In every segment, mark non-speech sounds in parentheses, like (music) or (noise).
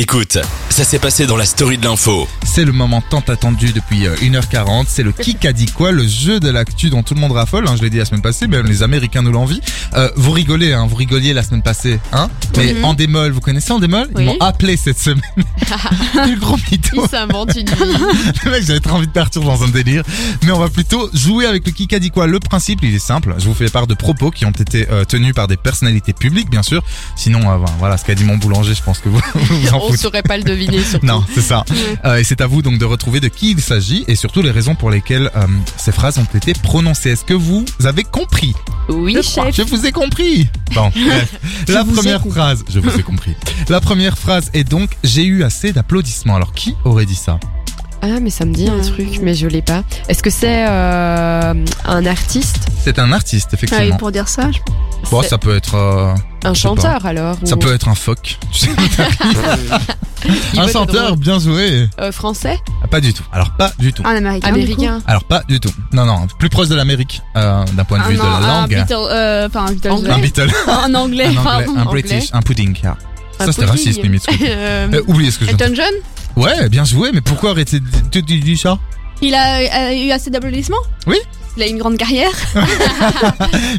Écoute, ça s'est passé dans la story de l'info. C'est le moment tant attendu depuis euh, 1h40. C'est le qui a dit quoi, le jeu de l'actu dont tout le monde raffole. hein, je l'ai dit la semaine passée, même les Américains nous l'envient. Euh, vous rigolez, hein, vous rigoliez la semaine passée, hein Mais en démol, vous connaissez en démol Ils Oui. m'ont appelé cette semaine. le gros mytho. Il s'invente (laughs) une vie. Le mec, j'avais trop envie de partir dans un délire. Mais on va plutôt jouer avec le qui a dit quoi. Le principe, il est simple. Je vous fais part de propos qui ont été euh, tenus par des personnalités publiques, bien sûr. Sinon, euh, voilà, ce qu'a dit mon boulanger, je pense que vous (laughs) vous, vous en On foutez. saurait pas le deviner surtout. Non, c'est ça. Euh, et c'est à vous donc de retrouver de qui il s'agit et surtout les raisons pour lesquelles euh, ces phrases ont été prononcées. Est-ce que vous avez compris Oui, Je crois chef. que Je vous ai compris. (laughs) Bon, bref. la vous ai première compris. phrase, je vous ai compris. La première phrase est donc j'ai eu assez d'applaudissements. Alors qui aurait dit ça Ah, mais ça me dit un truc, mais je l'ai pas. Est-ce que c'est euh, un artiste C'est un artiste Ah oui, effectivement. pour dire ça, je bon, c'est- ça peut être euh, Un je sais pas. chanteur alors ça ou- peut être un phoque. (laughs) Tu sais, Il un peut être chanteur, drôle. Ah. bien joué. Euh, français Ah, pas du tout. Alors pas du tout. un américain. Ah, du coup. Américain Alors pas du tout. Non non, plus proche de l'amérique euh, d'un point de Ah vue non, de la un langue. Ah, Beatle, euh, enfin, un Beatle, Anglais. (laughs) un Beatle. en anglais, un anglais, pardon. un anglais. british, un pudding. ah. Un ça c'était pudding. raciste limite. ce (laughs) truc. (laughs) Euh, Euh, oubliez ce que je viens de Elton John dire. Ouais, bien joué, mais pourquoi arrêter de- tu tu dis ça Il a euh, eu assez d'applaudissements Oui. Il a eu une grande carrière.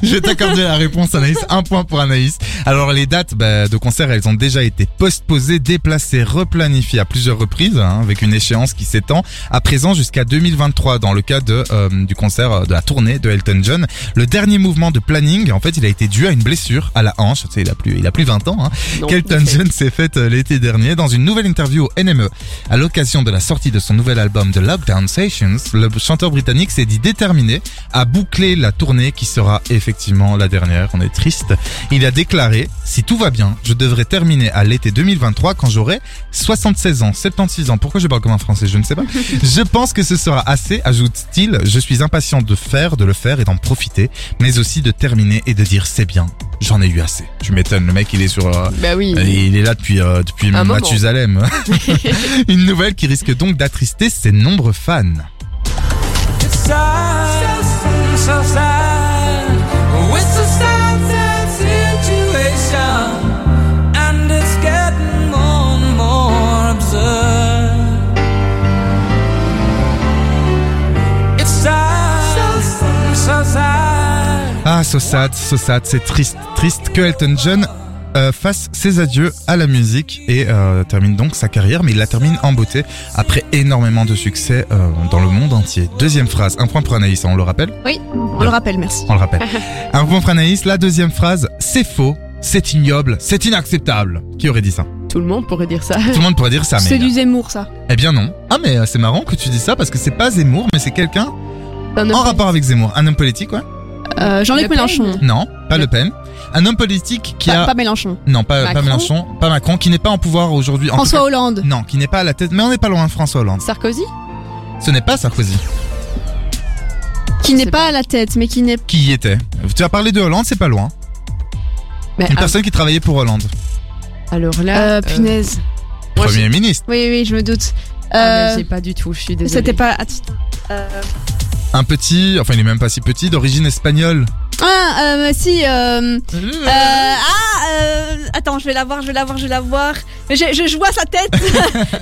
Je vais t'accorder la réponse Anaïs, un point pour Anaïs. Alors les dates bah, de concert, elles ont déjà été postposées, déplacées, replanifiées à plusieurs reprises, hein, avec une échéance qui s'étend à présent jusqu'à 2023 dans le cas de, euh, du concert euh, de la tournée de Elton John. Le dernier mouvement de planning, en fait, il a été dû à une blessure à la hanche, tu sais, il a plus, il a plus 20 ans, hein, Non, Kelton ok. John s'est faite euh, l'été dernier dans une nouvelle interview au NME. À l'occasion de la sortie de son nouvel album The Lockdown Sessions, le chanteur britannique s'est dit déterminé à boucler la tournée qui sera effectivement la dernière. On est triste. Il a déclaré, si tout va bien, je devrais terminer à l'été 2023 quand j'aurai 76 ans, 76 ans. Pourquoi je parle comme un français? Je ne sais pas. je pense que ce sera assez, ajoute-t-il. Je suis impatient de faire, de le faire et d'en profiter, mais aussi de terminer et de dire c'est bien. J'en ai eu assez. Tu m'étonnes. Le mec, il est sur, euh, Bah oui. et il est là depuis, euh, depuis Un moment. Mathusalem. (laughs) Une nouvelle qui risque donc d'attrister ses nombreux fans. sad, so sad. It's a sad, sad situation, and it's getting more and more absurd. It's sad, so sad. Ah, so sad, so sad, c'est triste, triste que Elton John euh, fasse ses adieux à la musique et euh, termine donc sa carrière, mais il la termine en beauté après énormément de succès euh, dans le monde entier. Deuxième phrase, un point pour Anaïs, hein, on le rappelle Oui, on le rappelle, merci. On le rappelle. un point pour Anaïs, la deuxième phrase, c'est faux, c'est ignoble, c'est inacceptable. Qui aurait dit ça Tout le monde pourrait dire ça. Tout le monde pourrait dire ça, mais... C'est du Zemmour, ça. Eh bien non. Ah mais euh, c'est marrant que tu dis ça parce que c'est pas Zemmour mais c'est quelqu'un en Un homme- rapport avec Zemmour. Un homme politique ouais Euh, Jean-Luc Le Pen. Mélenchon. Non, pas Le Pen. Un homme politique qui Pas, a... pas Mélenchon. non, pas, pas Macron. Mélenchon, pas Macron, qui n'est pas en pouvoir aujourd'hui. En tout François Hollande. cas- Non, qui n'est pas à la tête, mais on n'est pas loin de François Hollande. Sarkozy Ce n'est pas Sarkozy. Qui Je n'est sais pas à la tête, mais qui n'est. Qui y était Tu as parlé de Hollande, c'est pas loin. Mais Une ah, personne qui travaillait pour Hollande. alors là. Euh, euh, punaise. moi, j'ai- Premier ministre. Oui, oui, je me doute. Ah, mais Euh, J'ai pas du tout, je suis désolée. C'était pas. attends. Euh, Un petit, enfin il est même pas si petit, d'origine espagnole. Ah, euh, si. Mmh. Euh, euh, ah, euh, attends, je vais la voir, je vais la voir, je vais la voir. Je, je, je vois sa tête,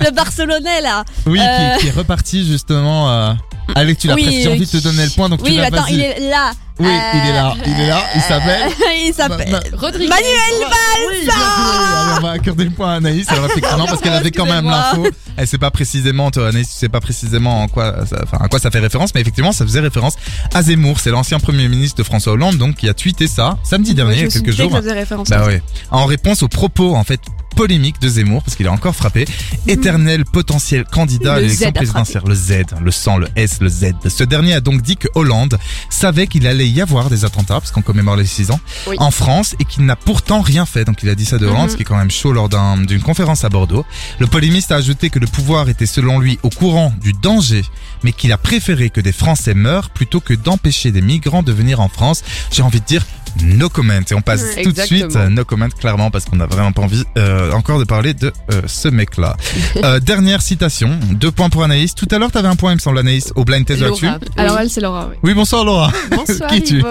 (laughs) le Barcelonais là. Oui, qui- Euh. Mm. qui, est reparti justement. Euh... Alex, tu l'as Oui, presque j'ai envie de te qui- donner le point, donc tu oui, l'as attends, vas-y. il est là. (laughs) Oui, il est là, Euh, il est là, il s'appelle. il s'appelle. Ma- ma- Rodrigue. bah, Manuel Oui, bien joué. Allez, on va accorder le point à Anaïs. Elle aura fait (laughs) que non parce qu'elle avait quand même Excusez-moi. l'info. Elle sait pas précisément, toi, Anaïs, tu sais pas précisément en quoi, ça, enfin, à quoi ça fait référence, mais effectivement, ça faisait référence à Zemmour. C'est l'ancien premier ministre de François Hollande, donc, qui a tweeté ça samedi dernier, il y a quelques jours. Ça faisait référence. Bah ouais. En réponse aux propos, en fait, polémiques de Zemmour, parce qu'il a encore frappé, éternel potentiel candidat à Mhm. Le Z l'élection a présidentielle, le Z, hein, le sang, le S, le Z. Ce dernier a donc dit que Hollande savait qu'il allait y avoir des attentats, parce qu'on commémore les 6 ans, Oui. Mhm. en France, et qu'il n'a pourtant rien fait. Donc il a dit ça de Hollande, ce qui est quand même chaud lors d'un- d'une conférence à Bordeaux. Le polémiste a ajouté que le pouvoir était selon lui au courant du danger, mais qu'il a préféré que des Français meurent plutôt que d'empêcher des migrants de venir en France. J'ai envie de dire no comment. Et on passe Ouais, tout de suite exactement. à no comment, clairement, parce qu'on n'a vraiment pas envie euh, encore de parler de euh, ce (laughs) mec-là. Euh, dernière citation, deux points pour Anaïs. Tout à l'heure, t'avais un point, il me semble, Anaïs, au blind test Laura. là-dessus. Oui. Alors elle, c'est Laura, oui. Oui, bonsoir Laura. Bonsoir, (laughs) Qui tu- Ivo.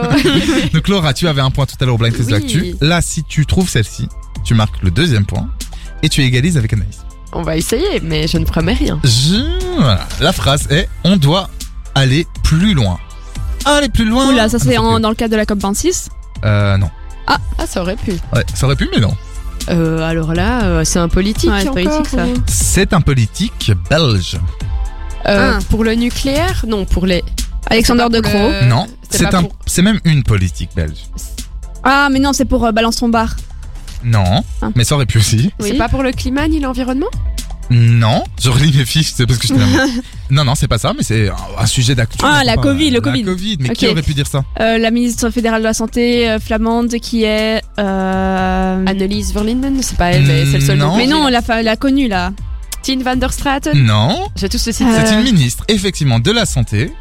Donc Laura, tu avais un point tout à l'heure au blind test Oui. d'actu. Là, si tu trouves celle-ci, tu marques le deuxième point et tu égalises avec Anaïs. on va essayer, mais je ne promets rien. Je- voilà. La phrase est on doit aller plus loin. Aller plus loin. Oula, ça c'est Ah, en- dans le cadre de la COP26. Euh, non. Ah, ça aurait pu. Ouais, ça aurait pu, mais non. Euh, alors là, euh, c'est un politique. Ouais, c'est encore, politique, ça. ou- C'est un politique belge. Euh, Ah. Euh, Pour le nucléaire Non, pour les. Alexander De C'est pas pour Croo. le- non. c'est C'est pas un, pour- c'est même une politique belge. Ah, mais non, c'est pour euh, Balance ton bar. Non. Ah. Mais ça aurait pu aussi. C'est Oui. pas pour le climat ni l'environnement Non. Je relis mes fiches, c'est parce que je (laughs) Non, non, c'est pas ça, mais c'est un- un sujet d'actu. Ah, la Pas- Covid, le la Covid. mais qui Ok. aurait pu dire ça Euh, la ministre fédérale de la Santé euh, flamande qui est. euh, Annelies Verlinden C'est pas elle, mais c'est le seul Non. nom. Mais non, la, fa- la connue là. Tine van der Straten Non. J'ai tous ceci. Euh, C'est une ministre, effectivement, de la santé.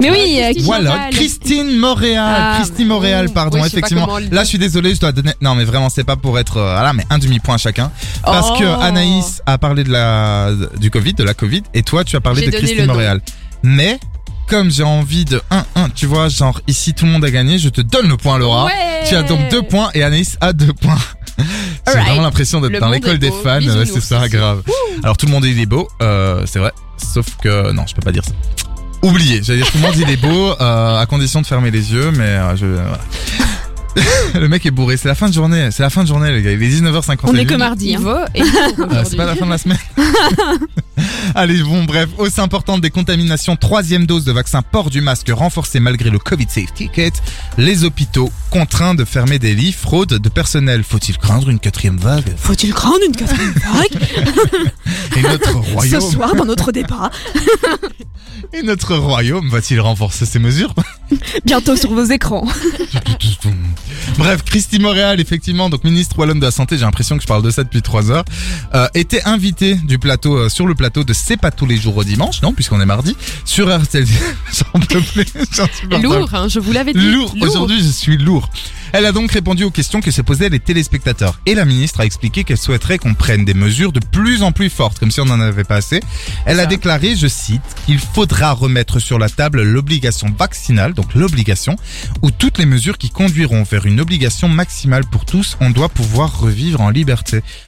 Mais oui, euh, qui Voilà, Chantal. Christine Montréal. Ah, Christine Montréal, pardon, Ouais, je sais pas effectivement. comment on le dit. Là, je suis désolé, je dois donner. Non, mais vraiment, c'est pas pour être. euh, Voilà, mais un demi-point chacun. Parce Oh. que Anaïs a parlé de la du Covid, de la Covid, et toi, tu as parlé J'ai de donné Christine le nom. Montréal. Mais comme j'ai envie de 1-1, tu vois, genre ici tout le monde a gagné, je te donne le point, Laura. Ouais. Tu as donc deux points et Anaïs a deux (laughs) points. J'ai Alright. vraiment l'impression d'être Le dans monde l'école est des beau. fans, Bisous, euh, nous, c'est ça, aussi. grave. Alors tout le monde il est beau, euh, c'est vrai, sauf que non, je peux pas dire ça. Oubliez, j'allais dire tout le monde il est beau, euh, à condition de fermer les yeux, mais euh, je voilà. (laughs) le mec est bourré, c'est la fin de journée, c'est la fin de journée les gars, il est 19h50. On est que mardi. hein. Ivo et Euh, c'est pas la fin de la (laughs) semaine. Allez, bon, bref, hausse importante des contaminations, troisième dose de vaccin, port du masque renforcé malgré le Covid Safe Ticket, les hôpitaux contraints de fermer des lits, fraude de personnel. Faut-il craindre une quatrième vague hein. Faut-il craindre une quatrième vague Et (laughs) notre royaume, ce soir dans notre débat et notre royaume va-t-il renforcer ses mesures Bientôt sur vos écrans. (laughs) Bref, Christy Montréal, effectivement, donc ministre wallonne de la santé, j'ai l'impression que je parle de ça depuis trois heures, euh, était invitée du plateau euh, sur le plateau de C'est pas tous les jours au dimanche, non, puisqu'on est mardi, sur RTL. (laughs) J'en peux plus, j'en suis pas Lourd, hein, je vous l'avais dit. Lourd. Aujourd'hui, je suis lourd. Elle a donc répondu aux questions que se posaient les téléspectateurs. Et la ministre a expliqué qu'elle souhaiterait qu'on prenne des mesures de plus en plus fortes, comme si on n'en avait pas assez. Elle a déclaré, je cite, qu'il faudra remettre sur la table l'obligation vaccinale, donc l'obligation, ou toutes les mesures qui conduiront vers une obligation maximale pour tous, on doit pouvoir revivre en liberté.